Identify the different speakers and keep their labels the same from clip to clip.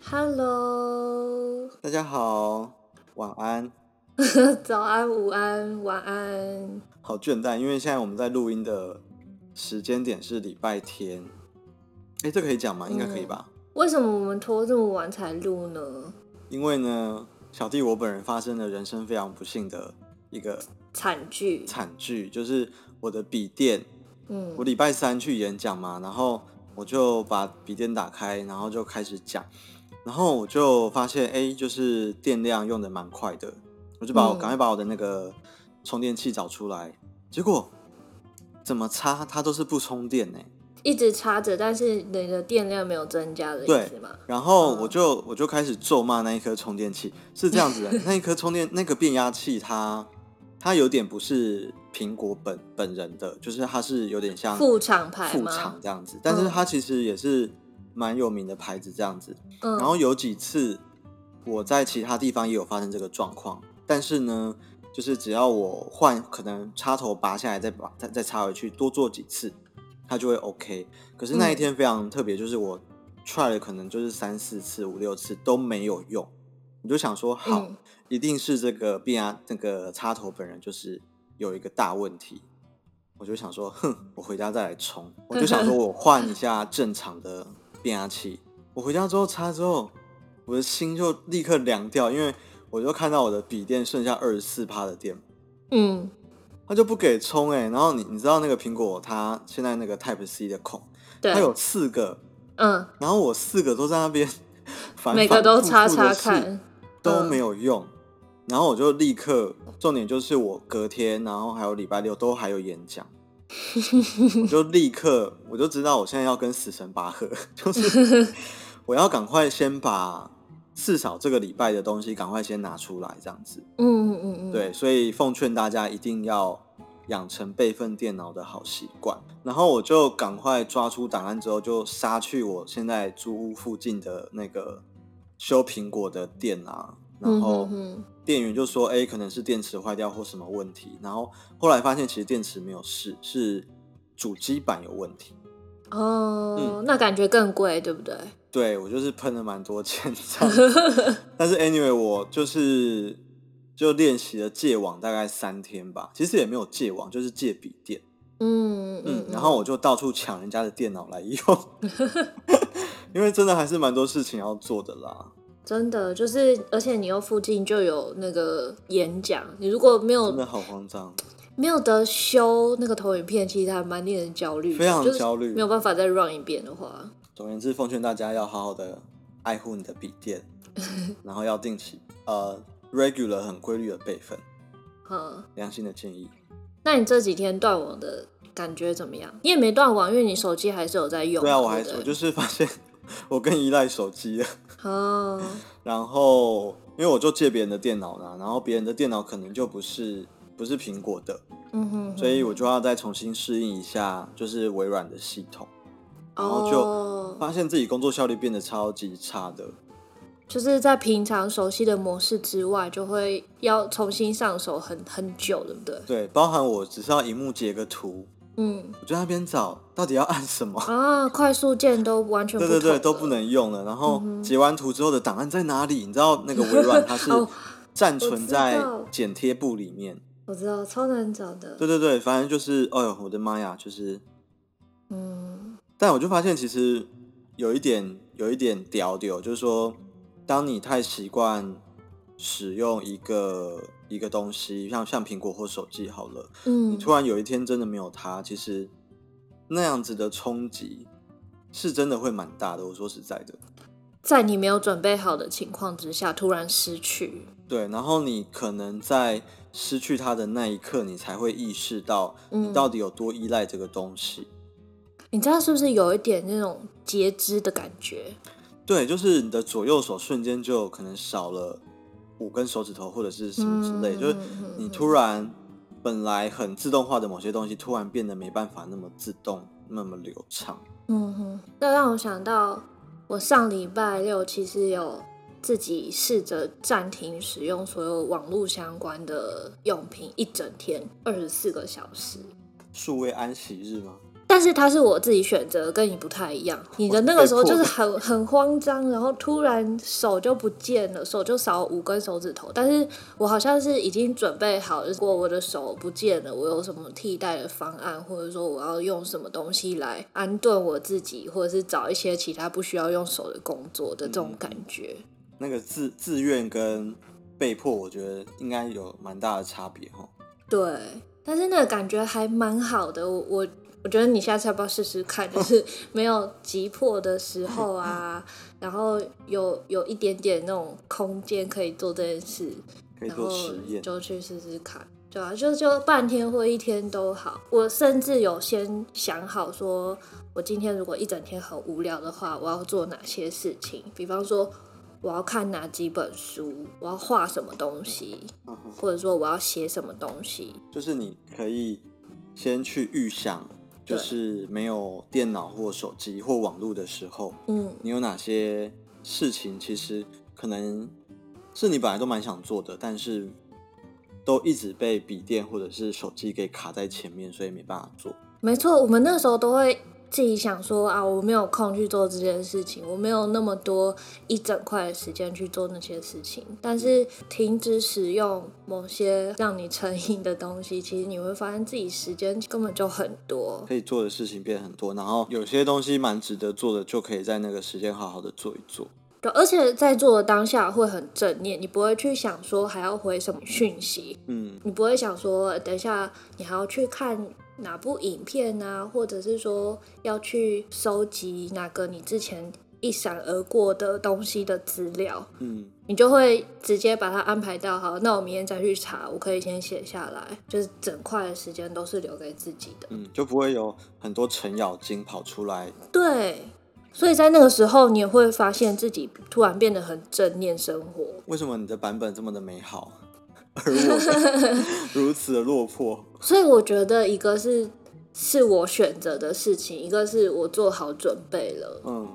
Speaker 1: Hello，
Speaker 2: 大家好，晚安。
Speaker 1: 早安、午安、晚安。
Speaker 2: 好倦怠，因为现在我们在录音的时间点是礼拜天。哎，这可以讲吗？应该可以吧。
Speaker 1: 为什么我们拖这么晚才录呢？
Speaker 2: 因为呢，小弟我本人发生了人生非常不幸的一个
Speaker 1: 惨剧。
Speaker 2: 惨剧，就是我的笔电，
Speaker 1: 嗯
Speaker 2: 我礼拜三去演讲嘛，然后我就把笔电打开，然后就开始讲，然后我就发现，哎，就是电量用的蛮快的，我就把我、
Speaker 1: 嗯
Speaker 2: 赶快把我的那个充电器找出来，结果怎么插它都是不充电呢、
Speaker 1: 一直插着，但是你的电量没有增加的意
Speaker 2: 对
Speaker 1: 思吗？
Speaker 2: 然后我就、我就开始咒骂那一颗充电器是这样子的，那一颗充电那个变压器它它有点不是苹果本本人的，就是它是有点像
Speaker 1: 副厂牌
Speaker 2: 副厂
Speaker 1: 吗？
Speaker 2: 这样子，但是它其实也是蛮有名的牌子这样子。
Speaker 1: 嗯，
Speaker 2: 然后有几次我在其他地方也有发生这个状况，但是呢，就是只要我换，可能插头拔下来再拔再再插回去，多做几次，它就会 OK。可是那
Speaker 1: 嗯
Speaker 2: 一天非常特别，就是我 try 了可能就是三四次、五六次都没有用，你就想说好，
Speaker 1: 嗯
Speaker 2: 一定是这个变压那个插头本人就是有一个大问题。我就想说，哼，我回家再来充。我就想说，我换一下正常的变压器。我回家之后插之后，我的心就立刻凉掉，因为我就看到我的笔电剩下二十四趴的电，
Speaker 1: 嗯，
Speaker 2: 它就不给充哎、然后你你知道那个苹果它现在那个 Type C 的孔，
Speaker 1: 对
Speaker 2: 它，有四个，
Speaker 1: 嗯，
Speaker 2: 然后我四个都在那边 反
Speaker 1: 每
Speaker 2: 反
Speaker 1: 个都
Speaker 2: 复
Speaker 1: 插
Speaker 2: 复
Speaker 1: 插
Speaker 2: 的试
Speaker 1: 看，
Speaker 2: 都没有用。然后我就立刻，重点就是我隔天，然后还有礼拜六都还有演讲，我就立刻我就知道我现在要跟死神拔河，就是我要赶快先把至少这个礼拜的东西赶快先拿出来，这样子。
Speaker 1: 嗯嗯嗯嗯，
Speaker 2: 对，所以奉劝大家一定要养成备份电脑的好习惯。然后我就赶快抓出档案之后，就杀去我现在租屋附近的那个修苹果的店啊，然后
Speaker 1: 嗯嗯
Speaker 2: 店员就说：“哎、可能是电池坏掉或什么问题。”然后后来发现其实电池没有事，是主机板有问题。
Speaker 1: 嗯哦，那感觉更贵，对不对？
Speaker 2: 对我就是喷了蛮多钱这样子，但是 anyway 我就是就练习了戒网大概三天吧，其实也没有戒网，就是戒笔电，
Speaker 1: 嗯
Speaker 2: 嗯，然后我就到处抢人家的电脑 来用，因为真的还是蛮多事情要做的啦。
Speaker 1: 真的就是，而且你又附近就有那个演讲，你如果没有
Speaker 2: 真的好慌张，
Speaker 1: 没有得修那个投影片，其实还蛮令人焦虑的，
Speaker 2: 非常
Speaker 1: 就是
Speaker 2: 焦虑
Speaker 1: 没有办法再 run 一遍的话，
Speaker 2: 总而言之，奉劝大家要好好的爱护你的笔 电，然后要定期呃 regular 很规律的备份，
Speaker 1: 嗯，
Speaker 2: 良心的建议。
Speaker 1: 那你这几天断网的感觉怎么样？你也没断网，因为你手机还是有在用嘛。
Speaker 2: 对啊，我还
Speaker 1: 对不
Speaker 2: 我
Speaker 1: 对
Speaker 2: 就是 发现我更依赖手机了。
Speaker 1: 哦，
Speaker 2: 然后因为我就借别人的电脑啦，然后别人的电脑可能就不是不是苹果的，
Speaker 1: 嗯哼，
Speaker 2: 所以我就要再重新适应一下，就是微软的系统，然后就
Speaker 1: 哦，
Speaker 2: 发现自己工作效率变得超级差的。
Speaker 1: 就是在平常熟悉的模式之外，就会要重新上手很很久，对不对？
Speaker 2: 对，包含我只是要荧幕截个图，
Speaker 1: 嗯
Speaker 2: 我就在那边找到底要按什么，
Speaker 1: 啊，快速键都完全不
Speaker 2: 对对
Speaker 1: 同
Speaker 2: 对，
Speaker 1: 嗯
Speaker 2: 都
Speaker 1: 了
Speaker 2: 不能用了。然后截完图之后的档案在哪里？你知道那个微软它是
Speaker 1: 哦
Speaker 2: 暂
Speaker 1: 我知
Speaker 2: 存在
Speaker 1: 道
Speaker 2: 剪贴簿里面。
Speaker 1: 我知道，超难找的。
Speaker 2: 对对对，反正就是，哎呦，我的妈呀，就是
Speaker 1: 嗯
Speaker 2: 但我就发现其实有一点有一点屌屌，就是说，当你太习惯使用一个一个东西，像像苹果或手机好了，你
Speaker 1: 嗯，
Speaker 2: 突然有一天真的没有它，其实那样子的冲击是真的会蛮大的。我说实在的，
Speaker 1: 在你没有准备好的情况之下，突然失去，
Speaker 2: 对，然后你可能在失去它的那一刻，你才会意识到
Speaker 1: 嗯
Speaker 2: 你到底有多依赖这个东西。
Speaker 1: 你知道是不是有一点那种截肢的感觉？
Speaker 2: 对，就是你的左右手瞬间就可能少了五根手指头，或者是什么之类，
Speaker 1: 嗯
Speaker 2: 就是
Speaker 1: 嗯
Speaker 2: 你突然本来很自动化的某些东西，突然变得没办法那么自动、那么流畅。
Speaker 1: 嗯哼，这让我想到，我上礼拜六其实有自己试着暂停使用所有网络相关的用品一整天，二十四个小时。
Speaker 2: 数位安息日吗？
Speaker 1: 但是它是我自己选择，跟你不太一样。你的那个时候就是很很慌张，然后突然手就不见了，手就少五根手指头。但是我好像是已经准备好，如果我的手不见了，我有什么替代的方案，或者说我要用什么东西来安顿我自己，或者是找一些其他不需要用手的工作的这种感觉。
Speaker 2: 那个自自愿跟被迫，我觉得应该有蛮大的差别哈。
Speaker 1: 对，但是那个感觉还蛮好的，我我。我觉得你下次要不要试试看？ 就是没有急迫的时候啊，然后有有一点点那种空间可以做这件事，
Speaker 2: 可以
Speaker 1: 然后
Speaker 2: 做实验。
Speaker 1: 就去试试看，对啊，就就半天或一天都好。我甚至有先想好说，我今天如果一整天很无聊的话，我要做哪些事情？比方说，我要看哪几本书，我要画什么东西，
Speaker 2: 嗯哼
Speaker 1: 或者说我要写什么东西。
Speaker 2: 就是你可以先去预想，就
Speaker 1: 对
Speaker 2: 是没有电脑或手机或网络的时候，
Speaker 1: 嗯，
Speaker 2: 你有哪些事情其实可能是你本来都蛮想做的，但是都一直被笔电或者是手机给卡在前面，所以没办法做。
Speaker 1: 没错，我们那时候都会自己想说啊，我没有空去做这件事情，我没有那么多一整块的时间去做那些事情。但是停止使用某些让你成瘾的东西，其实你会发现自己时间根本就很多。
Speaker 2: 可以做的事情变很多，然后有些东西蛮值得做的，就可以在那个时间好好的做一做。
Speaker 1: 对，而且在做的当下会很正念，你不会去想说还要回什么讯息，
Speaker 2: 嗯，
Speaker 1: 你不会想说，等一下你还要去看哪部影片啊，或者是说要去收集哪个你之前一闪而过的东西的资料，
Speaker 2: 嗯，
Speaker 1: 你就会直接把它安排到好，那我明天再去查，我可以先写下来，就是整块的时间都是留给自己的。
Speaker 2: 嗯，就不会有很多程咬金跑出来。
Speaker 1: 对，所以在那个时候，你也会发现自己突然变得很正念生活。
Speaker 2: 为什么你的版本这么的美好，而 我的如此的落魄？
Speaker 1: 所以我觉得一个是是我选择的事情，一个是我做好准备了。
Speaker 2: 嗯，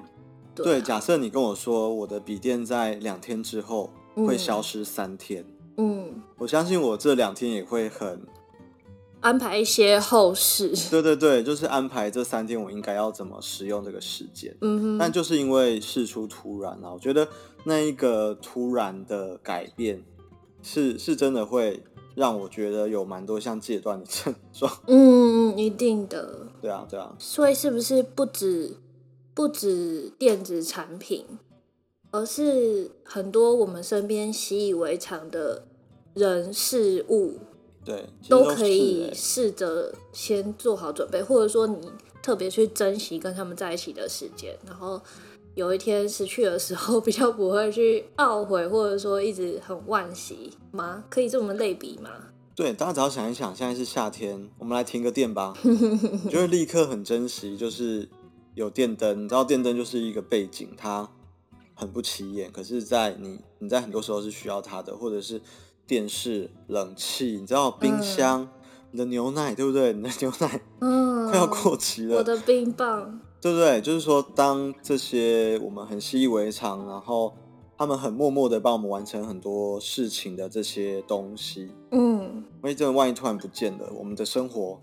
Speaker 1: 对
Speaker 2: 对，
Speaker 1: 啊
Speaker 2: 假设你跟我说我的笔电在两天之后会
Speaker 1: 嗯
Speaker 2: 消失三天，
Speaker 1: 嗯，
Speaker 2: 我相信我这两天也会很，
Speaker 1: 安排一些后事。
Speaker 2: 对对对，就是安排这三天我应该要怎么使用这个时间。
Speaker 1: 嗯
Speaker 2: 但
Speaker 1: 哼，
Speaker 2: 就是因为事出突然啊，我觉得那一个突然的改变是是真的会让我觉得有蛮多像戒断的症 状。
Speaker 1: 嗯，嗯一定的。
Speaker 2: 对啊，对啊，
Speaker 1: 所以是不是不止不止电子产品，而是很多我们身边习以为常的人事物，
Speaker 2: 对，其实
Speaker 1: 都
Speaker 2: 是
Speaker 1: 可以
Speaker 2: 欸
Speaker 1: 试着先做好准备，或者说你特别去珍惜跟他们在一起的时间，然后有一天失去的时候， 比较不会去懊悔，或者说一直很惋惜吗？可以这么类比吗？
Speaker 2: 对，大家只要想一想，现在是夏天，我们来停个 电吧，你就会立刻很珍惜，就是有电灯。你知道电灯就是一个背景，它很不起眼，可是，在你你在很多时候是需要它的，或者是电视、冷气，你知道冰
Speaker 1: 嗯
Speaker 2: 箱、你的牛奶，对不对？你的牛奶
Speaker 1: 嗯，
Speaker 2: 快要过期了，
Speaker 1: 我的冰棒，
Speaker 2: 对不对？就是说，当这些我们很习以为常，然后他们很默默的帮我们完成很多事情的这些东西，
Speaker 1: 嗯，
Speaker 2: 万一真的万一突然不见了，我们的生活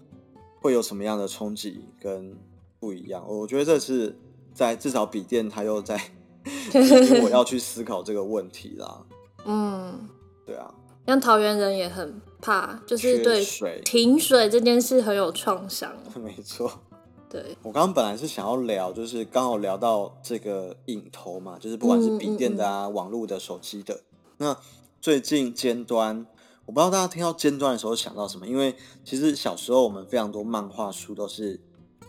Speaker 2: 会有什么样的冲击跟不一样？我觉得这是在至少笔电它 又在提醒我要去思考这个问题啦。
Speaker 1: 嗯，
Speaker 2: 对啊，
Speaker 1: 像桃园人也很怕，就是
Speaker 2: 缺
Speaker 1: 对
Speaker 2: 水
Speaker 1: 停水这件事很有创伤，
Speaker 2: 没错。
Speaker 1: 对，
Speaker 2: 我刚刚本来是想要聊，就是刚好聊到这个影头嘛，就是不管
Speaker 1: 嗯
Speaker 2: 是笔电的啊、网络的、手机的。那最近尖端，我不知道大家听到尖端的时候想到什么，因为其实小时候我们非常多漫画书都是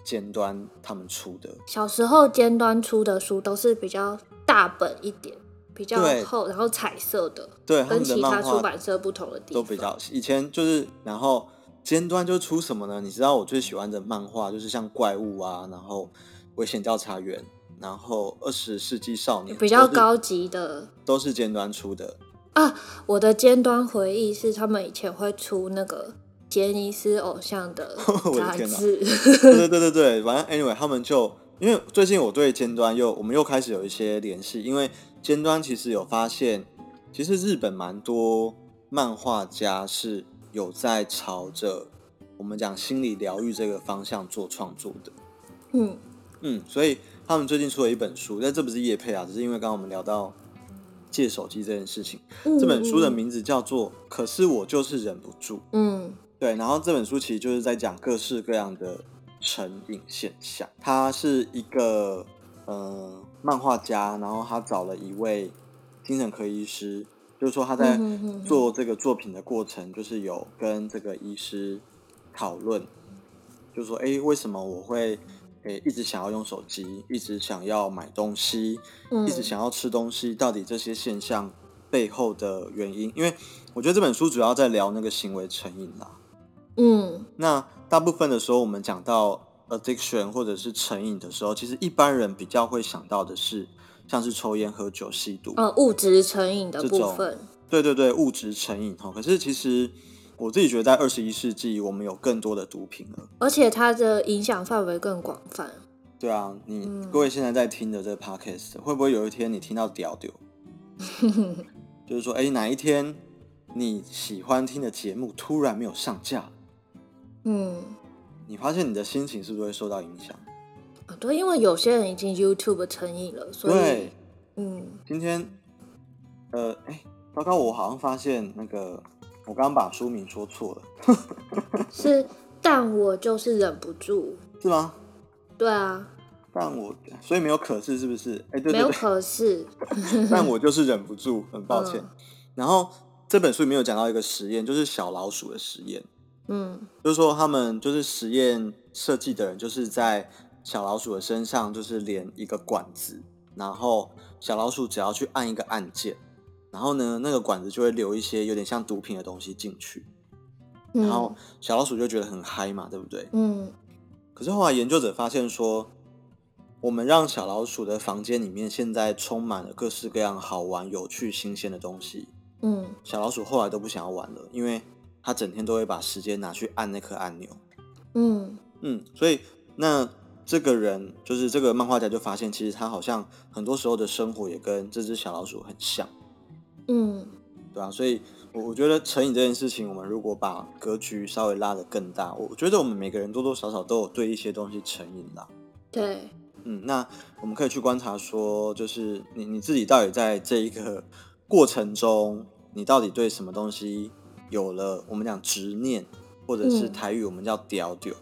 Speaker 2: 尖端他们出的，
Speaker 1: 小时候尖端出的书都是比较大本一点，比较
Speaker 2: 对
Speaker 1: 厚，然后彩色的，
Speaker 2: 对他
Speaker 1: 跟
Speaker 2: 们的
Speaker 1: 其他
Speaker 2: 漫
Speaker 1: 出
Speaker 2: 画
Speaker 1: 版社不同的地
Speaker 2: 都
Speaker 1: 方
Speaker 2: 比较以前就是，然后尖端就出什么呢？你知道我最喜欢的漫画就是像怪物啊，然后危险调查员，然后二十世纪少年
Speaker 1: 比较
Speaker 2: 都是
Speaker 1: 高级的。
Speaker 2: 都是尖端出的。
Speaker 1: 啊，我的尖端回忆是他们以前会出那个杰尼斯偶像的
Speaker 2: 我的
Speaker 1: 杂
Speaker 2: 天哪
Speaker 1: 志，
Speaker 2: 对对对对对，反正 anyway 他们就因为最近我对尖端又我们又开始有一些联系，因为尖端其实有发现，其实日本蛮多漫画家是有在朝着我们讲心理疗愈这个方向做创作的。
Speaker 1: 嗯，
Speaker 2: 嗯，所以他们最近出了一本书，但这不是叶配啊，只是因为刚刚我们聊到借手机这件事情。
Speaker 1: 嗯
Speaker 2: 这本书的名字叫做《可是我就是忍不住》。
Speaker 1: 嗯，
Speaker 2: 对，然后这本书其实就是在讲各式各样的成瘾现象。他是一个呃漫画家，然后他找了一位精神科医师，就是说他在
Speaker 1: 嗯哼哼哼
Speaker 2: 做这个作品的过程，就是有跟这个医师讨论，就说诶，为什么我会诶一直想要用手机，一直想要买东西，
Speaker 1: 嗯
Speaker 2: 一直想要吃东西，到底这些现象背后的原因？因为我觉得这本书主要在聊那个行为成瘾啦。
Speaker 1: 嗯
Speaker 2: 那大部分的时候，我们讲到 addiction 或者是成瘾的时候，其实一般人比较会想到的是，像是抽烟、喝酒、吸毒，
Speaker 1: 呃物质成瘾的
Speaker 2: 这
Speaker 1: 部
Speaker 2: 种
Speaker 1: 分，
Speaker 2: 对对对，物质成瘾哈。可是其实我自己觉得，在二十一世纪，我们有更多的毒品了。
Speaker 1: 而且它的影响范围更广泛。
Speaker 2: 对啊，你、
Speaker 1: 嗯
Speaker 2: 各位现在在听的这个 podcast，会不会有一天你听到屌屌？就是说，哎，哪一天你喜欢听的节目突然没有上架，
Speaker 1: 嗯，
Speaker 2: 你发现你的心情是不是会受到影响？
Speaker 1: 啊对，因为有些人已经 YouTube 成瘾了，所以
Speaker 2: 对，
Speaker 1: 嗯
Speaker 2: 今天，呃，哎、糟糕，我好像发现那个，我刚刚把书名说错了，
Speaker 1: 是，但我就是忍不住。
Speaker 2: 是吗？
Speaker 1: 对啊，
Speaker 2: 但我所以没有可是是不是？哎、
Speaker 1: 没
Speaker 2: 对对
Speaker 1: 有
Speaker 2: 对，
Speaker 1: 可是，
Speaker 2: 但我就是忍不住，很抱歉。
Speaker 1: 嗯
Speaker 2: 然后这本书里面有讲到一个实验，就是小老鼠的实验，
Speaker 1: 嗯
Speaker 2: 就是说他们就是实验设计的人，就是在小老鼠的身上就是连一个管子，然后小老鼠只要去按一个按键，然后呢那个管子就会流一些有点像毒品的东西进去。然后
Speaker 1: 嗯
Speaker 2: 小老鼠就觉得很嗨嘛，对不对？
Speaker 1: 嗯
Speaker 2: 可是后来研究者发现说，我们让小老鼠的房间里面现在充满了各式各样好玩、有趣、新鲜的东西，
Speaker 1: 嗯，
Speaker 2: 小老鼠后来都不想要玩了，因为它整天都会把时间拿去按那颗按钮。
Speaker 1: 嗯
Speaker 2: 嗯，所以那这个人就是这个漫画家就发现，其实他好像很多时候的生活也跟这只小老鼠很像。
Speaker 1: 嗯
Speaker 2: 对啊，所以我我觉得成瘾这件事情，我们如果把格局稍微拉得更大，我我觉得我们每个人多多少少都有对一些东西成瘾啦。
Speaker 1: 对，
Speaker 2: 嗯，那我们可以去观察说，就是你你自己到底在这一个过程中，你到底对什么东西有了我们讲执念，或者是
Speaker 1: 嗯
Speaker 2: 台语我们叫屌屌。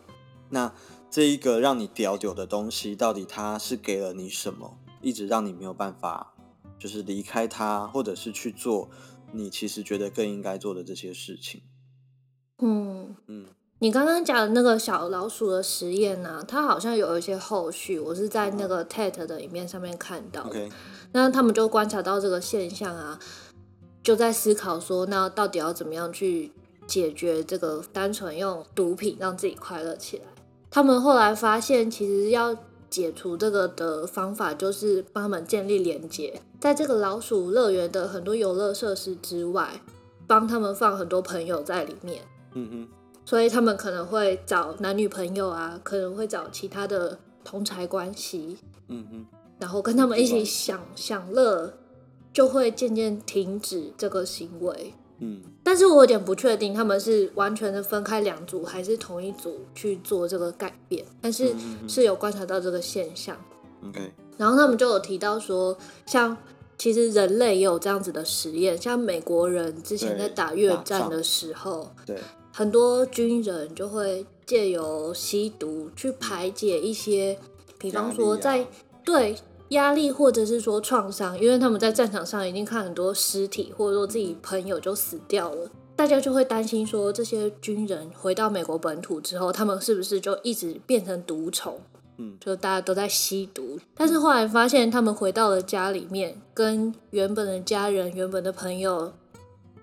Speaker 2: 那这一个让你屌屌的东西，到底它是给了你什么，一直让你没有办法就是离开它，或者是去做你其实觉得更应该做的这些事情。
Speaker 1: 嗯。
Speaker 2: 嗯，
Speaker 1: 你刚刚讲的那个小老鼠的实验呢、它好像有一些后续，我是在那
Speaker 2: 哦
Speaker 1: 个 TED 的影片上面看到的。
Speaker 2: OK，
Speaker 1: 那他们就观察到这个现象啊，就在思考说，那到底要怎么样去解决这个单纯用毒品让自己快乐起来？他们后来发现，其实要解除这个的方法就是帮他们建立连接，在这个老鼠乐园的很多游乐设施之外，帮他们放很多朋友在里面。
Speaker 2: 嗯哼，
Speaker 1: 所以他们可能会找男女朋友啊，可能会找其他的同才关系，
Speaker 2: 嗯哼。
Speaker 1: 然后跟他们一
Speaker 2: 明白
Speaker 1: 起享享乐，就会渐渐停止这个行为。
Speaker 2: 嗯，
Speaker 1: 但是我有点不确定，他们是完全的分开两组，还是同一组去做这个改变？但是
Speaker 2: 嗯嗯嗯
Speaker 1: 是有观察到这个现象。
Speaker 2: OK，
Speaker 1: 然后他们就有提到说，像其实人类也有这样子的实验，像美国人之前在
Speaker 2: 对
Speaker 1: 打越
Speaker 2: 打
Speaker 1: 战
Speaker 2: 仗
Speaker 1: 的时候，
Speaker 2: 对，
Speaker 1: 很多军人就会借由吸毒去排解一些，比方说
Speaker 2: 压
Speaker 1: 在、
Speaker 2: 力啊
Speaker 1: 对压力或者是说创伤，因为他们在战场上一定看很多尸体，或者说自己朋友就死掉了。大家就会担心说，这些军人回到美国本土之后，他们是不是就一直变成毒虫？
Speaker 2: 嗯
Speaker 1: 就大家都在吸毒，但是后来发现他们回到了家里面，跟原本的家人、原本的朋友，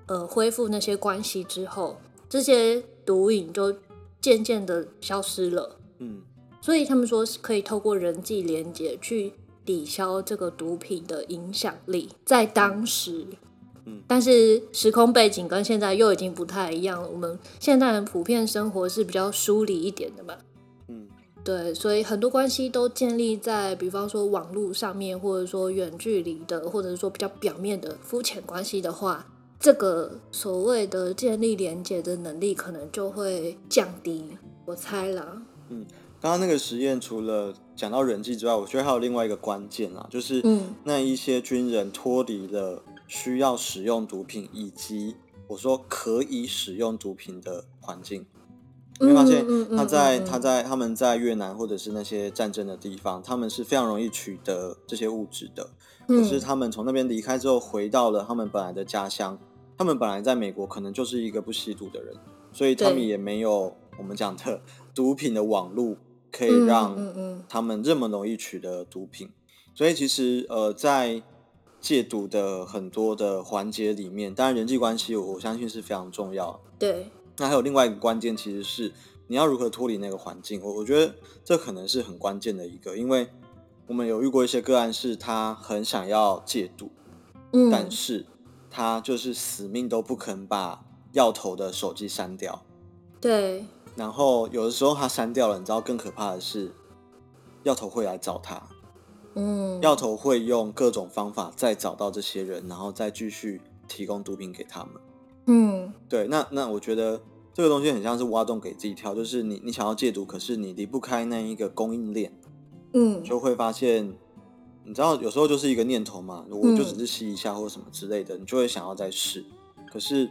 Speaker 1: 呃，恢复那些关系之后，这些毒瘾就渐渐的消失了。
Speaker 2: 嗯
Speaker 1: 所以他们说是可以透过人际连接去抵消这个毒品的影响力，在当时。
Speaker 2: 嗯
Speaker 1: 但是时空背景跟现在又已经不太一样了。我们现代人普遍生活是比较疏离一点的嘛，
Speaker 2: 嗯
Speaker 1: 对，所以很多关系都建立在，比方说网络上面，或者说远距离的，或者说比较表面的肤浅关系的话，这个所谓的建立连接的能力可能就会降低，我猜啦。
Speaker 2: 刚刚那个实验除了讲到人际之外，我觉得还有另外一个关键啊，就是
Speaker 1: 嗯
Speaker 2: 那一些军人脱离了需要使用毒品以及我说可以使用毒品的环境。你会发现
Speaker 1: 嗯嗯嗯
Speaker 2: 他在
Speaker 1: 嗯嗯
Speaker 2: 他在他们在越南或者是那些战争的地方，他们是非常容易取得这些物质的。可是
Speaker 1: 嗯
Speaker 2: 他们从那边离开之后，回到了他们本来的家乡。他们本来在美国可能就是一个不吸毒的人，所以他们
Speaker 1: 对
Speaker 2: 也没有我们讲的毒品的网路可以
Speaker 1: 嗯
Speaker 2: 让
Speaker 1: 嗯嗯
Speaker 2: 他们这么容易取得毒品。所以其实呃，在戒毒的很多的环节里面，当然人际关系我我相信是非常重要的
Speaker 1: 嗯，对，
Speaker 2: 那还有另外一个关键，其实是你要如何脱离那个环境。我我觉得这可能是很关键的一个，因为我们有遇过一些个案，是他很想要戒毒，
Speaker 1: 嗯，
Speaker 2: 但是他就是死命都不肯把药头的手机删掉。
Speaker 1: 对，
Speaker 2: 然后有的时候他删掉了，你知道更可怕的是，药头会来找他，
Speaker 1: 嗯，
Speaker 2: 药头会用各种方法再找到这些人，然后再继续提供毒品给他们。
Speaker 1: 嗯
Speaker 2: 对，那那我觉得这个东西很像是挖洞给自己跳，就是你你想要戒毒，可是你离不开那一个供应链，
Speaker 1: 嗯，
Speaker 2: 就会发现，你知道有时候就是一个念头嘛，我就只是吸一下或什么之类的，你就会想要再试。可是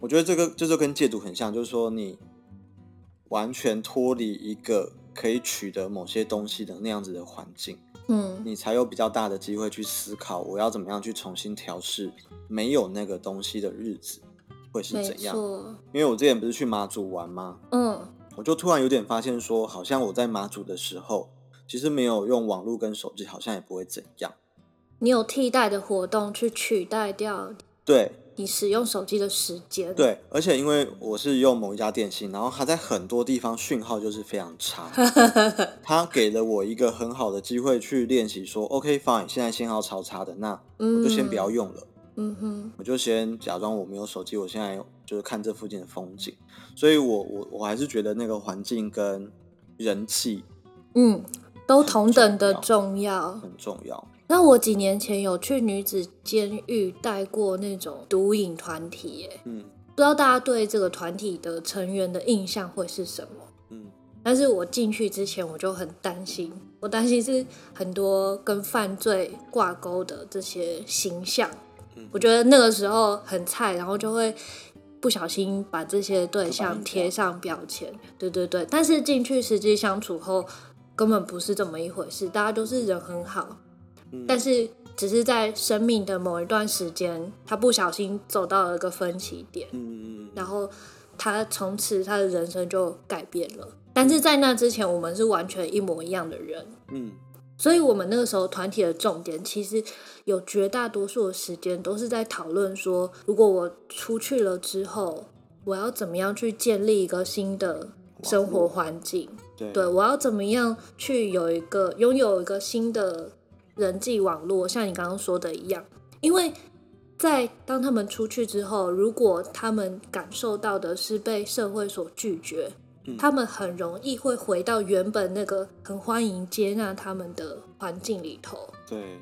Speaker 2: 我觉得这个这就跟戒毒很像，就是说你完全脱离一个可以取得某些东西的那样子的环境，
Speaker 1: 嗯
Speaker 2: 你才有比较大的机会去思考我要怎么样去重新调试没有那个东西的日子会是
Speaker 1: 没
Speaker 2: 怎样。
Speaker 1: 错，
Speaker 2: 因为我之前不是去马祖玩吗？
Speaker 1: 嗯
Speaker 2: 我就突然有点发现说，好像我在马祖的时候，其实没有用网络跟手机，好像也不会怎样。
Speaker 1: 你有替代的活动去取代掉
Speaker 2: 对
Speaker 1: 你使用手机的时间，，
Speaker 2: 对，而且因为我是用某一家电信，然后它在很多地方讯号就是非常差，它给了我一个很好的机会去练习说，OK fine，现在信号超差的，那
Speaker 1: 嗯，
Speaker 2: 我就先不要，用了。
Speaker 1: 嗯哼，
Speaker 2: 我就先假装我没有手机，我现在就是看这附近的风景，所以我我我还是觉得那个环境跟人气
Speaker 1: 嗯，都同等的
Speaker 2: 很
Speaker 1: 重要。
Speaker 2: 很重要。
Speaker 1: 那我几年前有去女子监狱带过那种毒瘾团体耶，
Speaker 2: 嗯
Speaker 1: 不知道大家对这个团体的成员的印象会是什么？
Speaker 2: 嗯
Speaker 1: 但是我进去之前我就很担心，我担心是很多跟犯罪挂钩的这些形象
Speaker 2: 嗯，
Speaker 1: 我觉得那个时候很菜，然后就会不小心把这些对象贴上标签，对对对。但是进去实际相处后，根本不是这么一回事，大家都是人很好，
Speaker 2: 嗯，
Speaker 1: 但是只是在生命的某一段时间，他不小心走到了一个分歧点。
Speaker 2: 嗯嗯嗯
Speaker 1: 然后他从此他的人生就改变了。但是在那之前，我们是完全一模一样的人，
Speaker 2: 嗯
Speaker 1: 所以我们那个时候团体的重点，其实有绝大多数的时间都是在讨论说，如果我出去了之后，我要怎么样去建立一个新的生活环境。
Speaker 2: 对
Speaker 1: 对我要怎么样去有一个拥有一个新的人际网络，像你刚刚说的一样，因为在当他们出去之后，如果他们感受到的是被社会所拒绝，
Speaker 2: 嗯
Speaker 1: 他们很容易会回到原本那个很欢迎接纳他们的环境里头。
Speaker 2: 对，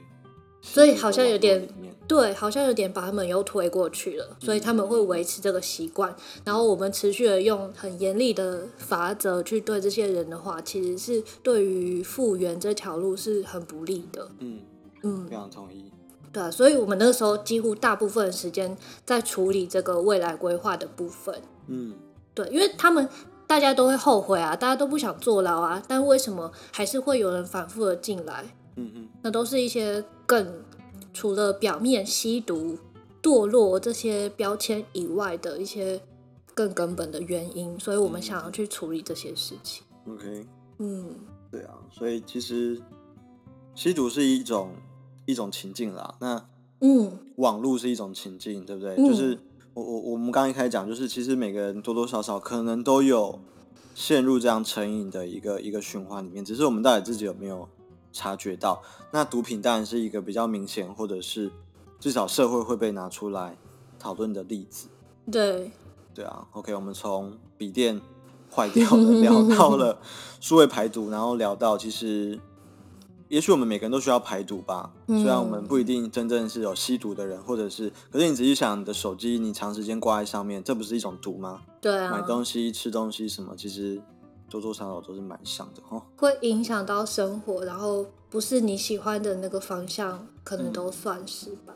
Speaker 1: 所以好像有点
Speaker 2: 吸毒的网络里面
Speaker 1: 对，好像有点把他们又推过去了，所以他们会维持这个习惯。然后我们持续的用很严厉的法则去对这些人的话，其实是对于复原这条路是很不利的。
Speaker 2: 嗯，
Speaker 1: 嗯
Speaker 2: 非，常同意。
Speaker 1: 对啊，所以我们那个时候几乎大部分的时间在处理这个未来规划的部分。
Speaker 2: 嗯，
Speaker 1: 对，因为他们大家都会后悔啊，大家都不想坐牢啊，但为什么还是会有人反复的进来？
Speaker 2: 嗯嗯
Speaker 1: 那都是一些更除了表面吸毒、堕落这些标签以外的一些更根本的原因，所以我们
Speaker 2: 嗯
Speaker 1: 想要去处理这些事情。
Speaker 2: ，OK，
Speaker 1: 嗯，
Speaker 2: 对啊，所以其实吸毒是一种一种情境啦。那
Speaker 1: 嗯，
Speaker 2: 网络是一种情境，对不对？
Speaker 1: 嗯
Speaker 2: 就是我我我们刚刚一开始讲，就是其实每个人多多少少可能都有陷入这样成瘾的一个一个循环里面，只是我们到底自己有没有察觉到？那毒品当然是一个比较明显，或者是至少社会会被拿出来讨论的例子，
Speaker 1: 对，
Speaker 2: 对啊。OK，我们从笔电 坏掉了聊到了数位排毒，然后聊到其实也许我们每个人都需要排毒吧，
Speaker 1: 嗯
Speaker 2: 虽然我们不一定真正是有吸毒的人，或者是，可是你仔细想，你的手机你长时间挂在上面，这不是一种毒吗？
Speaker 1: 对啊，
Speaker 2: 买东西、吃东西什么，其实多多少少都是蛮像的哦。
Speaker 1: 会影响到生活，然后不是你喜欢的那个方向，可能
Speaker 2: 嗯
Speaker 1: 都算是吧。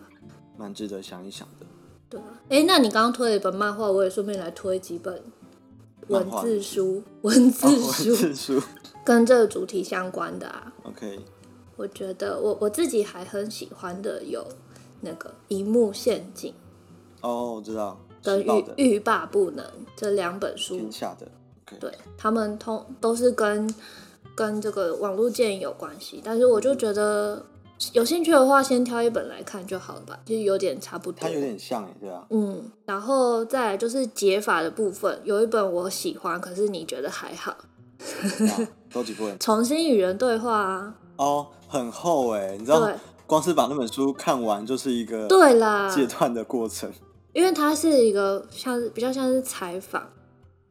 Speaker 2: 蛮值得想一想的。
Speaker 1: 对啊，哎，那你刚刚推了一本漫画，我也顺便来推几本文字书，文字
Speaker 2: 哦，
Speaker 1: 书、
Speaker 2: 字数
Speaker 1: 跟这个主题相关的啊。
Speaker 2: ，OK，
Speaker 1: 我觉得我我自己还很喜欢的有那个《一幕陷阱
Speaker 2: 哦，我知道，》
Speaker 1: 跟
Speaker 2: 吃
Speaker 1: 《
Speaker 2: 到
Speaker 1: 欲
Speaker 2: 的，
Speaker 1: 欲罢不能》这两本书
Speaker 2: 天，下的，OK，
Speaker 1: 对他们通都是跟跟这个网络建议有关系，但是我就觉得有兴趣的话，先挑一本来看就好了吧，就是有点差不多
Speaker 2: 它。有点像哎，对啊，
Speaker 1: 嗯，然后再来就是解法的部分，有一本我喜欢，可是你觉得还好，
Speaker 2: 啊都几部人
Speaker 1: 《重新与人对话》啊，
Speaker 2: 哦，很厚哎，你知道
Speaker 1: 对，
Speaker 2: 光是把那本书看完就是一个
Speaker 1: 对啊啦，
Speaker 2: 戒断的过程，
Speaker 1: 因为它是一个像是比较像是采访，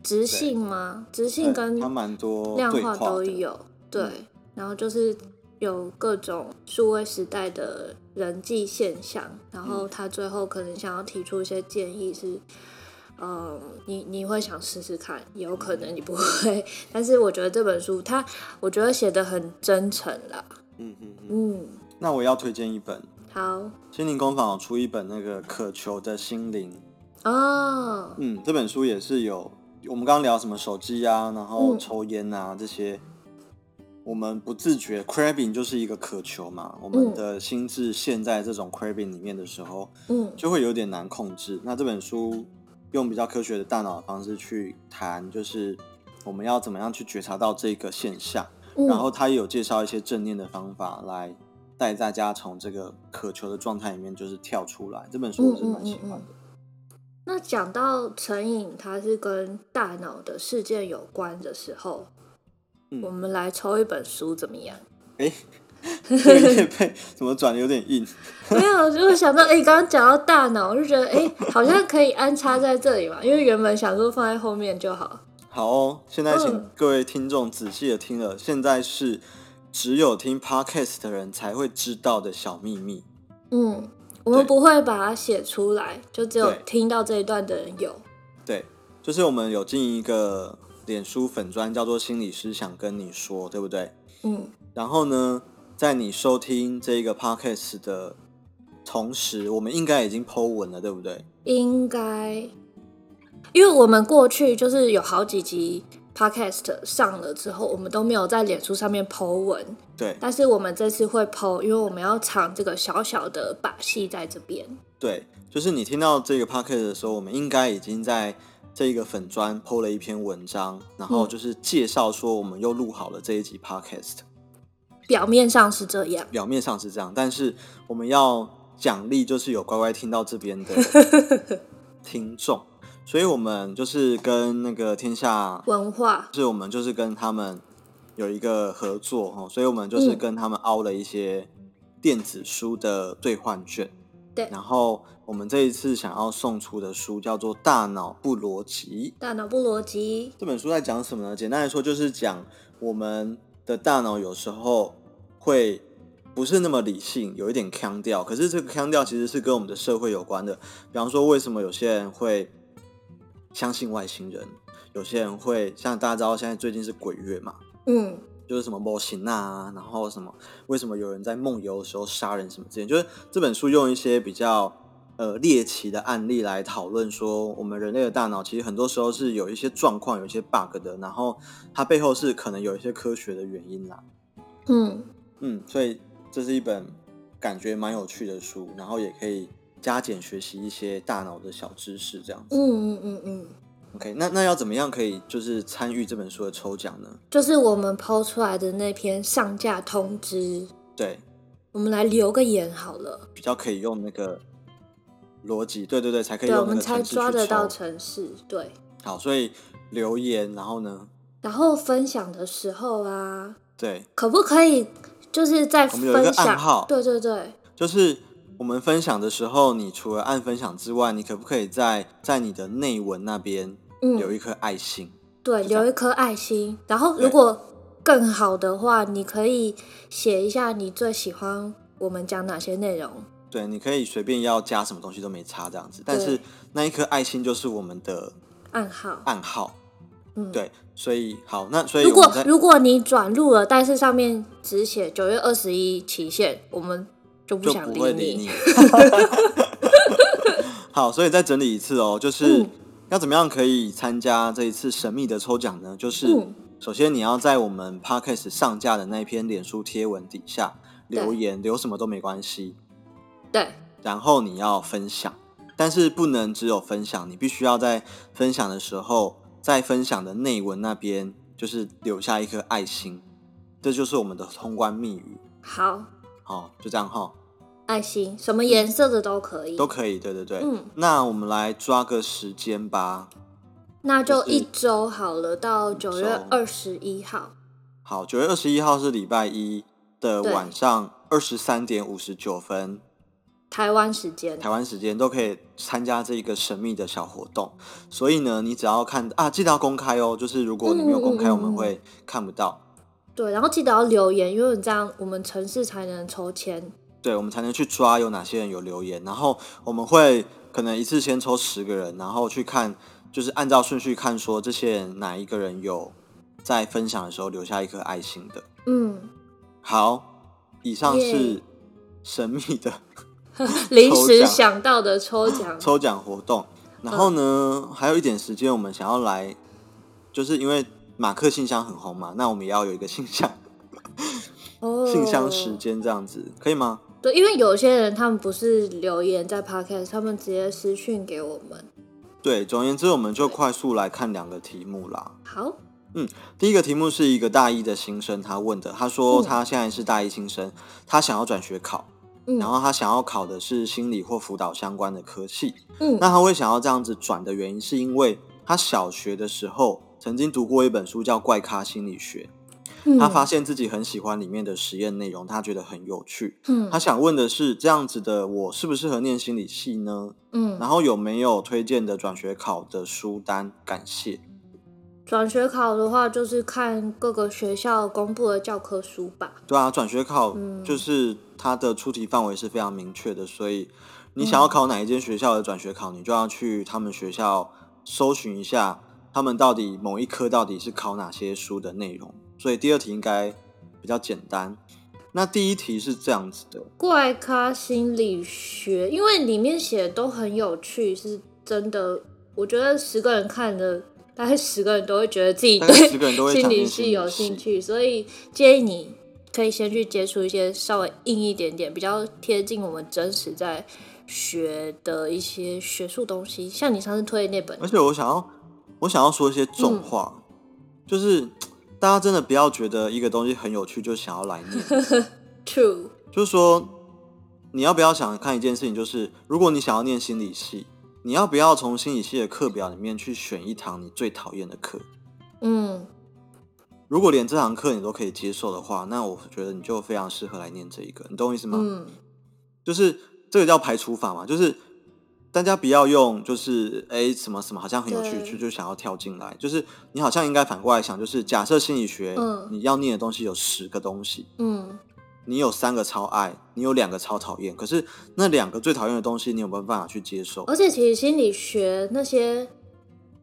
Speaker 1: 直性吗？直性
Speaker 2: 对
Speaker 1: 跟
Speaker 2: 它蛮多
Speaker 1: 量
Speaker 2: 对
Speaker 1: 化
Speaker 2: 话
Speaker 1: 都
Speaker 2: 的，嗯
Speaker 1: 有，对，然后就是有各种数位时代的人际现象，然
Speaker 2: 嗯
Speaker 1: 后他最后可能想要提出一些建议是，嗯，你你会想试试看，也有可能你不会， 但是我觉得这本书它，我觉得写的很真诚啦，
Speaker 2: 嗯嗯嗯。
Speaker 1: 嗯，
Speaker 2: 那我要推荐一本
Speaker 1: 好，
Speaker 2: 心灵工坊有出一本那个渴求的心灵，
Speaker 1: 哦，
Speaker 2: 嗯，这本书也是有我们刚刚聊什么手机啊，然后
Speaker 1: 嗯
Speaker 2: 抽烟啊、这些，我们不自觉 craving 就是一个渴求嘛。我们
Speaker 1: 嗯
Speaker 2: 的心智陷在这种 craving 里面的时候，
Speaker 1: 嗯
Speaker 2: 就会有点难控制。那这本书用比较科学的大脑的方式去谈，就是我们要怎么样去觉察到这个现象，
Speaker 1: 嗯，
Speaker 2: 然后他也有介绍一些正念的方法来。带大家从这个渴求的状态里面就是跳出来，这本书我是蛮喜欢的。
Speaker 1: 嗯嗯那讲到成瘾，它是跟大脑的事件有关的时候，
Speaker 2: 嗯
Speaker 1: 我们来抽一本书怎么样？嗯
Speaker 2: 这个叶配怎么转的有点硬？
Speaker 1: 没有，就是想到哎，诶刚刚讲到大脑，我就觉得哎，诶好像可以安插在这里嘛，因为原本想说放在后面就好。
Speaker 2: 好哦，现在请
Speaker 1: 嗯
Speaker 2: 各位听众仔细的听了，现在是只有听 podcast 的人才会知道的小秘密。
Speaker 1: 嗯，我们
Speaker 2: 对
Speaker 1: 不会把它写出来，就只有
Speaker 2: 对
Speaker 1: 听到这一段的人有。
Speaker 2: 对，就是我们有经营一个脸书粉砖，叫做心理师想跟你说，对不对？
Speaker 1: 嗯
Speaker 2: 然后呢，在你收听这个 podcast 的同时，我们应该已经 Po 文了，对不对？
Speaker 1: 应该，因为我们过去就是有好几集 podcast 上了之后，我们都没有在脸书上面 Po 文，
Speaker 2: 对
Speaker 1: 但是我们这次会 Po，因为我们要藏这个小小的把戏在这边。
Speaker 2: 对，就是你听到这个 podcast 的时候，我们应该已经在。这个粉砖 PO 了一篇文章，然后
Speaker 1: 嗯
Speaker 2: 就是介绍说我们又录好了这一集 Podcast，
Speaker 1: 表面上是这样，
Speaker 2: 表面上是这样，但是我们要奖励就是有乖乖听到这边的 听众，所以我们就是跟那个天下，
Speaker 1: 文化
Speaker 2: 就是我们就是跟他们有一个合作哦，所以我们就是
Speaker 1: 嗯
Speaker 2: 跟他们凹了一些电子书的兑换券。
Speaker 1: 对
Speaker 2: 然后我们这一次想要送出的书叫做《大脑不逻辑》。
Speaker 1: 大脑不逻辑，
Speaker 2: 这本书在讲什么呢？简单来说，就是讲我们的大脑有时候会不是那么理性，有一点腔调。可是这个腔调其实是跟我们的社会有关的。比方说，为什么有些人会相信外星人？有些人会像大家知道，现在最近是鬼月嘛，
Speaker 1: 嗯
Speaker 2: 就是什么模型啊，然后什么为什么有人在梦游的时候杀人什么之类，就是这本书用一些比较呃猎奇的案例来讨论说，我们人类的大脑其实很多时候是有一些状况、有一些 bug 的，然后它背后是可能有一些科学的原因啦。
Speaker 1: 嗯，
Speaker 2: 嗯，所以这是一本感觉蛮有趣的书，然后也可以加减学习一些大脑的小知识这样
Speaker 1: 嗯
Speaker 2: 子。
Speaker 1: 嗯嗯嗯，
Speaker 2: OK，那那要怎么样可以就是参与这本书的抽奖呢？
Speaker 1: 就是我们抛出来的那篇上架通知，
Speaker 2: 对，
Speaker 1: 我们来留个言好了，
Speaker 2: 比较可以用那个逻辑，对对对，才可以
Speaker 1: 对，我
Speaker 2: 用那
Speaker 1: 们
Speaker 2: 个
Speaker 1: 才
Speaker 2: 程式去
Speaker 1: 抓得到
Speaker 2: 抽
Speaker 1: 城市，对。
Speaker 2: 好，所以留言，然后呢，
Speaker 1: 然后分享的时候啊，
Speaker 2: 对，
Speaker 1: 可不可以就是在
Speaker 2: 我们有一个
Speaker 1: 分
Speaker 2: 暗号
Speaker 1: 享？对对对，
Speaker 2: 就是我们分享的时候，你除了按分享之外，你可不可以在在你的内文那边留
Speaker 1: 嗯，
Speaker 2: 一颗爱心？
Speaker 1: 对，
Speaker 2: 就这样
Speaker 1: 留一颗爱心。然后
Speaker 2: 对
Speaker 1: 如果更好的话，你可以写一下你最喜欢我们讲哪些内容。
Speaker 2: 对，你可以随便要加什么东西都没差这样子，但是
Speaker 1: 对
Speaker 2: 那一颗爱心就是我们的
Speaker 1: 暗号，
Speaker 2: 暗号。
Speaker 1: 嗯，。
Speaker 2: 对，所以好，那所以
Speaker 1: 如
Speaker 2: 我们
Speaker 1: 果
Speaker 2: 在
Speaker 1: 如果你转录了，但是上面只写九月二十一期限，我们就不
Speaker 2: 就
Speaker 1: 想
Speaker 2: 不
Speaker 1: 理
Speaker 2: 会理
Speaker 1: 你。
Speaker 2: 你。 好，所以再整理一次哦，就是、
Speaker 1: 嗯
Speaker 2: 要怎么样可以参加这一次神秘的抽奖呢？就是、
Speaker 1: 嗯
Speaker 2: 首先你要在我们 podcast 上架的那篇脸书贴文底下留言，留什么都没关系，
Speaker 1: 对，
Speaker 2: 然后你要分享，但是不能只有分享，你必须要在分享的时候，在分享的内文那边就是留下一颗爱心，这就是我们的通关密语。
Speaker 1: 好，
Speaker 2: 好、就这样哈、
Speaker 1: 爱心，什么颜色的都可以。
Speaker 2: 都可以，对对对。
Speaker 1: 嗯
Speaker 2: 那我们来抓个时间吧。
Speaker 1: 那就
Speaker 2: 就是
Speaker 1: 一周好了，到九月
Speaker 2: 周
Speaker 1: 二十一号。
Speaker 2: 好，九月二十一号是礼拜一的
Speaker 1: 对
Speaker 2: 晚上二十三点五十九分，
Speaker 1: 台湾时间
Speaker 2: 台，湾时间都可以参加这一个神秘的小活动。所以呢，你只要看啊，记得要公开哦。就是如果你没有公开，
Speaker 1: 嗯嗯嗯
Speaker 2: 我们会看不到，
Speaker 1: 对，然后记得要留言，因为你这样我们城市才能抽签。
Speaker 2: 对我们才能去抓有哪些人有留言。然后我们会可能一次先抽十个人，然后去看，就是按照顺序看，说这些人哪一个人有在分享的时候留下一颗爱心的。
Speaker 1: 嗯，
Speaker 2: 好，以上是
Speaker 1: 耶
Speaker 2: 神秘的
Speaker 1: 临时
Speaker 2: 奖
Speaker 1: 想到的抽奖，
Speaker 2: 抽奖活动。
Speaker 1: 嗯
Speaker 2: 然后呢，还有一点时间，我们想要来，就是因为马克信箱很红嘛，那我们也要有一个信箱、
Speaker 1: 哦
Speaker 2: 信箱时间这样子，可以吗？
Speaker 1: 对，因为有些人他们不是留言在 podcast，他们直接私讯给我们。
Speaker 2: 对，总而言之，我们就快速来看两个题目啦。
Speaker 1: 好，
Speaker 2: 第一个题目是一个大一的新生，他问的，他说
Speaker 1: 嗯
Speaker 2: 他现在是大一新生，他想要转学考，
Speaker 1: 嗯
Speaker 2: 然后他想要考的是心理或辅导相关的科系。
Speaker 1: 嗯
Speaker 2: 那他会想要这样子转的原因，是因为他小学的时候曾经读过一本书叫《怪咖心理学》，
Speaker 1: 嗯
Speaker 2: 他发现自己很喜欢里面的实验内容，他觉得很有趣。
Speaker 1: 嗯
Speaker 2: 他想问的是，这样子的我适不适合念心理系呢？
Speaker 1: 嗯，
Speaker 2: 然后有没有推荐的转学考的书单？感谢。
Speaker 1: 转学考的话就是看各个学校公布的教科书吧。
Speaker 2: 对啊，转学考
Speaker 1: 嗯
Speaker 2: 就是它的出题范围是非常明确的，所以
Speaker 1: 嗯
Speaker 2: 你想要考哪一间学校的转学考，你就要去他们学校搜寻一下，他们到底某一科到底是考哪些书的内容。所以第二题应该比较简单。那第一题是这样子的，
Speaker 1: 怪咖心理学，因为里面写的都很有趣，是真的。我觉得十个人看的，大概十个人都会觉得自己
Speaker 2: 大概
Speaker 1: 对
Speaker 2: 十个人都会想
Speaker 1: 心
Speaker 2: 念
Speaker 1: 理
Speaker 2: 心
Speaker 1: 系
Speaker 2: 理
Speaker 1: 有
Speaker 2: 系
Speaker 1: 兴趣，所以建议你可以先去接触一些稍微硬一点点、比较贴近我们真实在学的一些学术东西，像你上次推的那本
Speaker 2: 而，且我想要我想要说一些
Speaker 1: 嗯
Speaker 2: 重话，就是大家真的不要觉得一个东西很有趣就想要来念。
Speaker 1: True，
Speaker 2: 就是说，你要不要想看一件事情，就是如果你想要念心理系，你要不要从心理系的课表里面去选一堂你最讨厌的课？
Speaker 1: 嗯，
Speaker 2: 如果连这堂课你都可以接受的话，那我觉得你就非常适合来念这一个，你懂我意思吗？
Speaker 1: 嗯，
Speaker 2: 就是这个叫排除法嘛，就是大家不要用就是哎什么什么好像很有趣
Speaker 1: 对
Speaker 2: 就就想要跳进来，就是你好像应该反过来想，就是假设心理学、
Speaker 1: 嗯
Speaker 2: 你要念的东西有十个东西，
Speaker 1: 嗯，
Speaker 2: 你有三个超爱，你有两个超讨厌，可是那两个最讨厌的东西，你有没有办法去接受？
Speaker 1: 而且其实心理学那些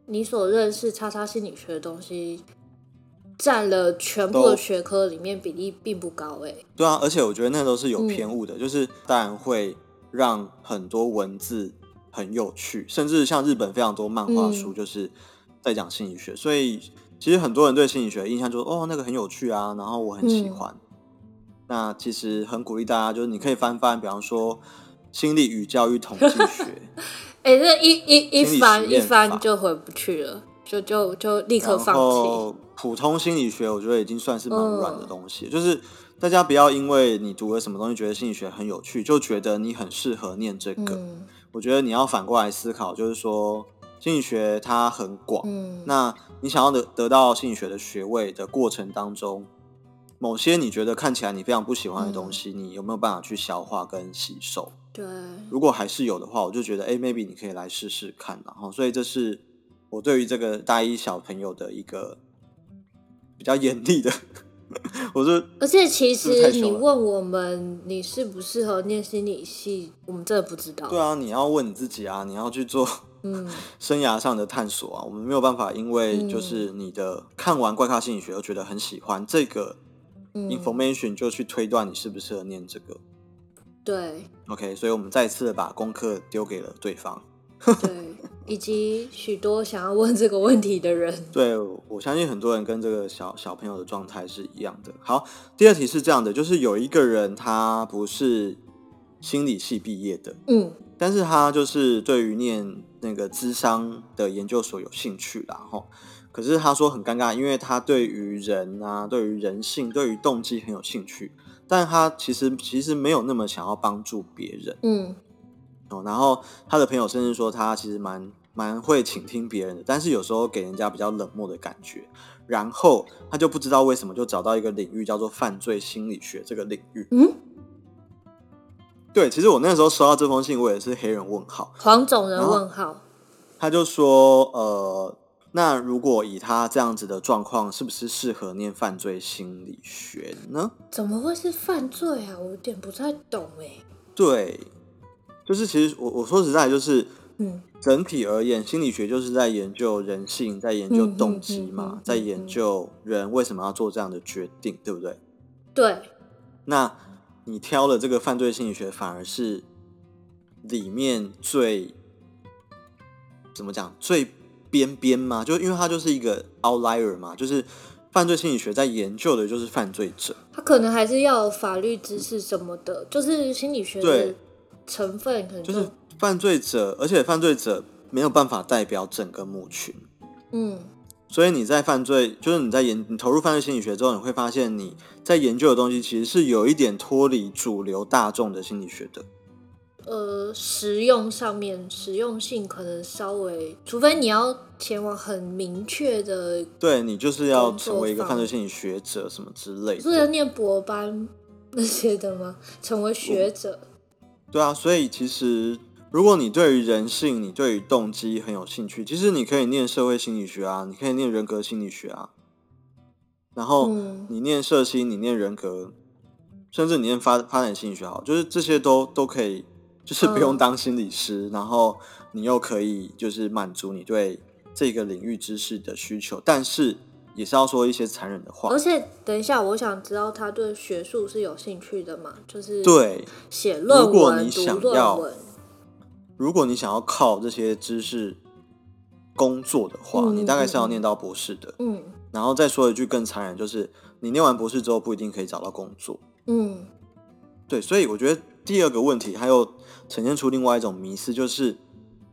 Speaker 1: 你所认识叉叉心理学的东西，占了全部
Speaker 2: 都
Speaker 1: 的学科里面比例并不高欸诶、
Speaker 2: 对啊，而且我觉得那都是有偏误的，就是当然会让很多文字很有趣，甚至像日本非常多漫画
Speaker 1: 嗯
Speaker 2: 书就是在讲心理学，所以其实很多人对心理学的印象就是哦那个很有趣啊，然后我很喜欢。那其实很鼓励大家，就是你可以翻翻，比方说《心理与教育统计学》，
Speaker 1: 哎、这一一
Speaker 2: 心理
Speaker 1: 一
Speaker 2: 实
Speaker 1: 翻一
Speaker 2: 验法
Speaker 1: 翻就回不去了，就就就立刻放
Speaker 2: 然
Speaker 1: 弃。
Speaker 2: 后普通心理学，我觉得已经算是蛮软的东西，就是大家不要因为你读了什么东西，觉得心理学很有趣，就觉得你很适合念这个。
Speaker 1: 嗯
Speaker 2: 我觉得你要反过来思考，就是说心理学它很广，
Speaker 1: 嗯，
Speaker 2: 那你想要得得到心理学的学位的过程当中，某些你觉得看起来你非常不喜欢的东
Speaker 1: 嗯
Speaker 2: 西，你有没有办法去消化跟吸收？
Speaker 1: 对，
Speaker 2: 如果还是有的话，我就觉得，哎、m a y b e 你可以来试试看，然后，所以这是我对于这个大一小朋友的一个比较严厉的 我说
Speaker 1: 而且其
Speaker 2: 是不是
Speaker 1: 实
Speaker 2: 太凶了
Speaker 1: 你问我们你适不适合念心理系，我们真的不知道。
Speaker 2: 对啊，你要问你自己啊，你要去做
Speaker 1: 嗯，
Speaker 2: 生涯上的探索啊。我们没有办法，因为
Speaker 1: 嗯
Speaker 2: 就是你的、看完怪咖心理学又觉得很喜欢这个
Speaker 1: 嗯
Speaker 2: information，就去推断你适不适合念这个。
Speaker 1: 对
Speaker 2: OK，所以我们再次地把功课丢给了对方。
Speaker 1: 对，以及许多想要问这个问题的人，
Speaker 2: 对，我相信很多人跟这个小小朋友的状态是一样的。好，第二题是这样的，就是有一个人他不是心理系毕业的，
Speaker 1: 嗯
Speaker 2: 但是他就是对于念那个智商的研究所有兴趣啦，吼。可是他说很尴尬，因为他对于人啊，对于人性，对于动机很有兴趣，但他其实其实没有那么想要帮助别人
Speaker 1: 嗯
Speaker 2: 哦。然后他的朋友甚至说他其实蛮蛮会倾听别人的，但是有时候给人家比较冷漠的感觉。然后他就不知道为什么就找到一个领域叫做犯罪心理学这个领域。
Speaker 1: 嗯，
Speaker 2: 对，其实我那时候收到这封信，我也是黑人问号。
Speaker 1: 黄种人
Speaker 2: 然后
Speaker 1: 问号，
Speaker 2: 他就说，呃，那如果以他这样子的状况，是不是适合念犯罪心理学呢？
Speaker 1: 怎么会是犯罪啊？我有点不太懂哎。
Speaker 2: 对，就是其实我我说实在，就是
Speaker 1: 嗯
Speaker 2: 整体而言，心理学就是在研究人性，在研究
Speaker 1: 嗯嗯
Speaker 2: 动机嘛，
Speaker 1: 嗯嗯
Speaker 2: 在
Speaker 1: 嗯
Speaker 2: 研
Speaker 1: 嗯
Speaker 2: 究人为什么要做这样的决定，对不对？
Speaker 1: 对，
Speaker 2: 那你挑了这个犯罪心理学，反而是里面最怎么讲最边边嘛？就因为它就是一个 outlier 嘛，就是犯罪心理学在研究的就是犯罪者，
Speaker 1: 他可能还是要有法律知识什么的，就是心理学的
Speaker 2: 对
Speaker 1: 成分可能
Speaker 2: 就是犯罪者，而且犯罪者没有办法代表整个母群。
Speaker 1: 嗯
Speaker 2: 所以你在犯罪，就是你在研你投入犯罪心理学之后，你会发现你在研究的东西其实是有一点脱离主流大众的心理学的。
Speaker 1: 呃实用上面实用性可能稍微，除非你要前往很明确的，
Speaker 2: 对你就是要
Speaker 1: 工作
Speaker 2: 成为一个犯
Speaker 1: 坊
Speaker 2: 罪心理学者什么之类
Speaker 1: 不是要
Speaker 2: 的。
Speaker 1: 念博班那些的吗？成为学者，
Speaker 2: 对啊，所以其实如果你对于人性、你对于动机很有兴趣，其实你可以念社会心理学啊，你可以念人格心理学啊，然后
Speaker 1: 嗯
Speaker 2: 你念社心，你念人格，甚至你念发发展心理学好，就是这些都都可以，就是不用
Speaker 1: 嗯
Speaker 2: 当心理师，然后你又可以就是满足你对这个领域知识的需求，但是也是要说一些残忍的话
Speaker 1: 而。且等一下，我想知道他对学术是有兴趣的嘛？就是
Speaker 2: 对，
Speaker 1: 写论
Speaker 2: 如果
Speaker 1: 文、
Speaker 2: 你
Speaker 1: 读
Speaker 2: 想要
Speaker 1: 论文，
Speaker 2: 如果你想要靠这些知识工作的话，
Speaker 1: 嗯
Speaker 2: 你大概是要念到博士的。
Speaker 1: 嗯
Speaker 2: 然后再说一句更残忍，就是你念完博士之后不一定可以找到工作。
Speaker 1: 嗯
Speaker 2: 对，所以我觉得第二个问题，它又呈现出另外一种迷思，就是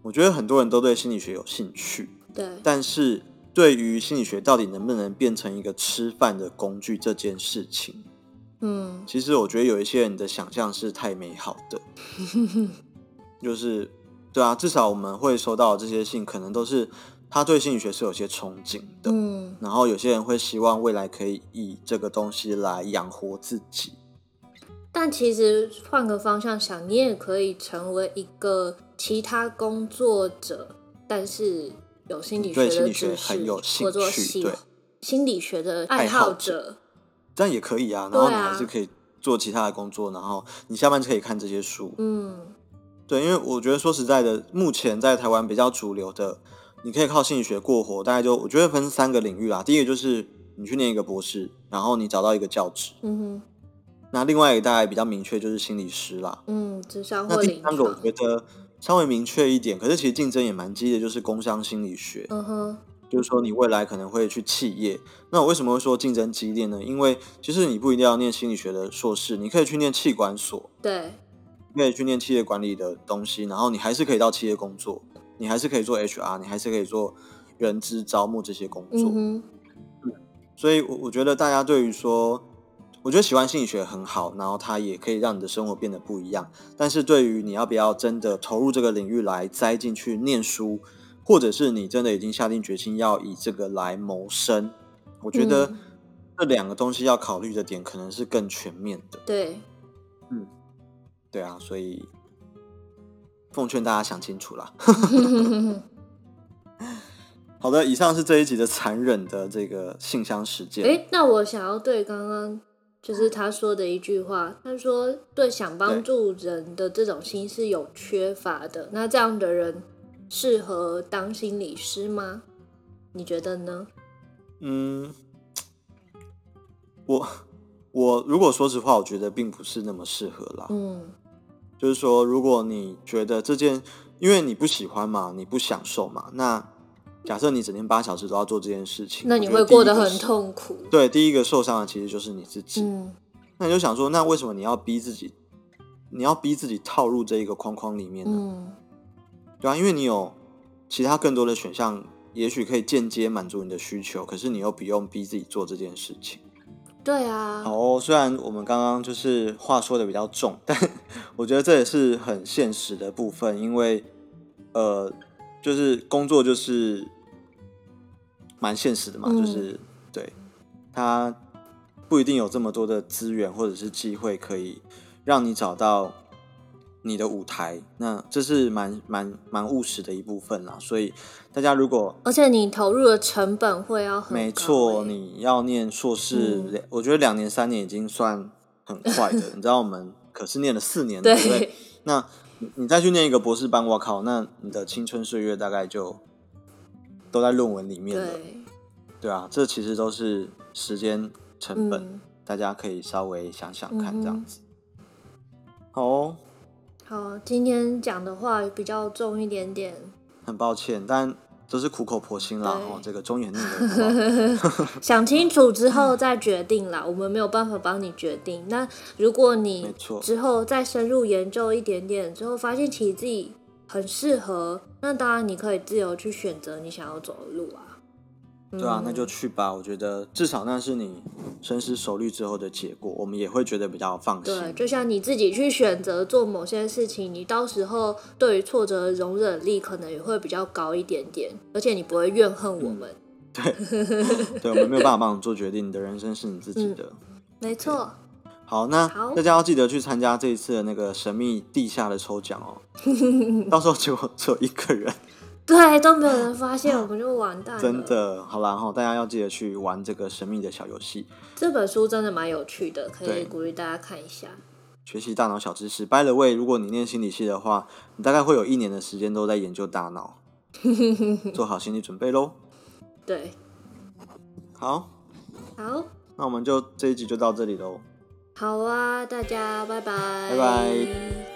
Speaker 2: 我觉得很多人都对心理学有兴趣，
Speaker 1: 对，
Speaker 2: 但是对于心理学到底能不能变成一个吃饭的工具这件事情，
Speaker 1: 嗯
Speaker 2: 其实我觉得有一些人的想象是太美好的，就是对啊，至少我们会收到这些信，可能都是他对心理学是有些憧憬的，
Speaker 1: 嗯
Speaker 2: 然后有些人会希望未来可以以这个东西来养活自己。
Speaker 1: 但其实换个方向想，你也可以成为一个其他工作者，但是有心理学
Speaker 2: 对心
Speaker 1: 的
Speaker 2: 理学
Speaker 1: 知
Speaker 2: 很有
Speaker 1: 识，
Speaker 2: 兴
Speaker 1: 或者说
Speaker 2: 趣
Speaker 1: 喜
Speaker 2: 对
Speaker 1: 心理学的
Speaker 2: 爱
Speaker 1: 爱
Speaker 2: 好
Speaker 1: 好
Speaker 2: 者
Speaker 1: 者。
Speaker 2: 这样也可以啊，然后
Speaker 1: 对
Speaker 2: 你
Speaker 1: 啊
Speaker 2: 还是可以做其他的工作，然后你下班就可以看这些书。
Speaker 1: 嗯
Speaker 2: 对，因为我觉得说实在的，目前在台湾比较主流的，你可以靠心理学过活，大概就我觉得分三个领域啦。第一个就是你去念一个博士，然后你找到一个教职，
Speaker 1: 嗯哼
Speaker 2: 那另外一个大概比较明确就是心理师啦。
Speaker 1: 嗯，智商
Speaker 2: 那
Speaker 1: 或
Speaker 2: 第
Speaker 1: 临
Speaker 2: 三个我
Speaker 1: 床。
Speaker 2: 觉得稍微明确一点，可是其实竞争也蛮激烈，就是工商心理学。
Speaker 1: 嗯哼，
Speaker 2: 就是说你未来可能会去企业。那我为什么会说竞争激烈呢？因为其实你不一定要念心理学的硕士，你可以去念气管所，
Speaker 1: 对，
Speaker 2: 你可以去念企业管理的东西，然后你还是可以到企业工作，你还是可以做 HR，你还是可以做人资招募这些工作。
Speaker 1: 嗯哼，
Speaker 2: 所以我，我觉得大家对于说，我觉得喜欢心理学很好，然后它也可以让你的生活变得不一样。但是，对于你要不要真的投入这个领域来栽进去念书，或者是你真的已经下定决心要以这个来谋生，我觉得
Speaker 1: 嗯
Speaker 2: 这两个东西要考虑的点可能是更全面的。
Speaker 1: 对，
Speaker 2: 对啊，所以奉劝大家想清楚啦。 好的，以上是这一集的残忍的这个性相实践。
Speaker 1: 诶，那我想要对刚刚就是他说的一句话，他说对想帮助人的这种心是有缺乏的，那这样的人适合当心理师吗？你觉得呢？
Speaker 2: 嗯，我我如果说实话，我觉得并不是那么适合啦。
Speaker 1: 嗯
Speaker 2: 就是说，如果你觉得这件，因为你不喜欢嘛，你不享受嘛，那假设你整天八小时都要做这件事情，
Speaker 1: 嗯那你
Speaker 2: 我
Speaker 1: 会
Speaker 2: 觉
Speaker 1: 过得
Speaker 2: 得第一
Speaker 1: 很
Speaker 2: 个是。
Speaker 1: 痛苦。
Speaker 2: 对，第一个受伤的其实就是你自己。
Speaker 1: 嗯
Speaker 2: 那你就想说，那为什么你要逼自己？你要逼自己套入这一个框框里面呢？
Speaker 1: 嗯
Speaker 2: 对啊，因为你有其他更多的选项，也许可以间接满足你的需求，可是你又不用逼自己做这件事情。
Speaker 1: 对啊，
Speaker 2: 好哦、虽然我们刚刚就是话说的比较重， 但我觉得这也是很现实的部分，因为呃，就是工作就是蛮现实的嘛，
Speaker 1: 嗯
Speaker 2: 就是对它不一定有这么多的资源或者是机会可以让你找到你的舞台，那这是蛮蛮蛮务实的一部分啦。所以大家如果
Speaker 1: 而且你投入的成本会要很高、
Speaker 2: 没错，
Speaker 1: 欸
Speaker 2: 你要念硕士，
Speaker 1: 嗯
Speaker 2: 两我觉得两年三年已经算很快的。 你知道我们可是念了四年，对不对
Speaker 1: 对？
Speaker 2: 那你你再去念一个博士班，我靠，那你的青春岁月大概就都在论文里面了，
Speaker 1: 对，
Speaker 2: 对啊，这其实都是时间成本，
Speaker 1: 嗯，
Speaker 2: 大家可以稍微想想
Speaker 1: 嗯
Speaker 2: 看，
Speaker 1: 哼
Speaker 2: 这样子。好、哦，
Speaker 1: 好，今天讲的话比较重一点点，
Speaker 2: 很抱歉，但都是苦口婆心啦。
Speaker 1: 对
Speaker 2: 哦，这个忠言 逆耳好不好。
Speaker 1: 想清楚之
Speaker 2: 嗯
Speaker 1: 后再决定啦，我们没有办法帮你决定。那如果
Speaker 2: 没
Speaker 1: 你
Speaker 2: 错
Speaker 1: 之后再深入研究一点点之后，发现其实自己很适合，那当然你可以自由去选择你想要走的路啊。
Speaker 2: 对啊，
Speaker 1: 嗯
Speaker 2: 那就去吧。我觉得至少那是你深思熟虑之后的结果，我们也会觉得比较放
Speaker 1: 对，
Speaker 2: 心。
Speaker 1: 就像你自己去选择做某些事情，你到时候对于挫折的容忍力可能也会比较高一点点，而且你不会怨恨我
Speaker 2: 嗯
Speaker 1: 们。
Speaker 2: 对，我们没有办法帮你做决定，你的人生是你自己的。
Speaker 1: 没错，
Speaker 2: 好，那
Speaker 1: 嗯好
Speaker 2: 大家要记得去参加这一次的那个神秘地下的抽 奖哦。到时候结果只有一个人，
Speaker 1: 嗯对，都没有人发现，我们就完蛋了。
Speaker 2: 真，的。好啦，哈，大家要记得去玩这个神秘的小游戏，
Speaker 1: 这本书真的蛮有趣的，可
Speaker 2: 对
Speaker 1: 以鼓励大家看一下。
Speaker 2: 学习大脑小知识。By the way，如果你念心理系的话，你大概会有一年的时间都在研究大 脑，做好心理准备喽。
Speaker 1: 对，
Speaker 2: 好，
Speaker 1: 好，
Speaker 2: 那我们就这一集就到这里喽。
Speaker 1: 好啊，大家拜拜，
Speaker 2: 拜拜。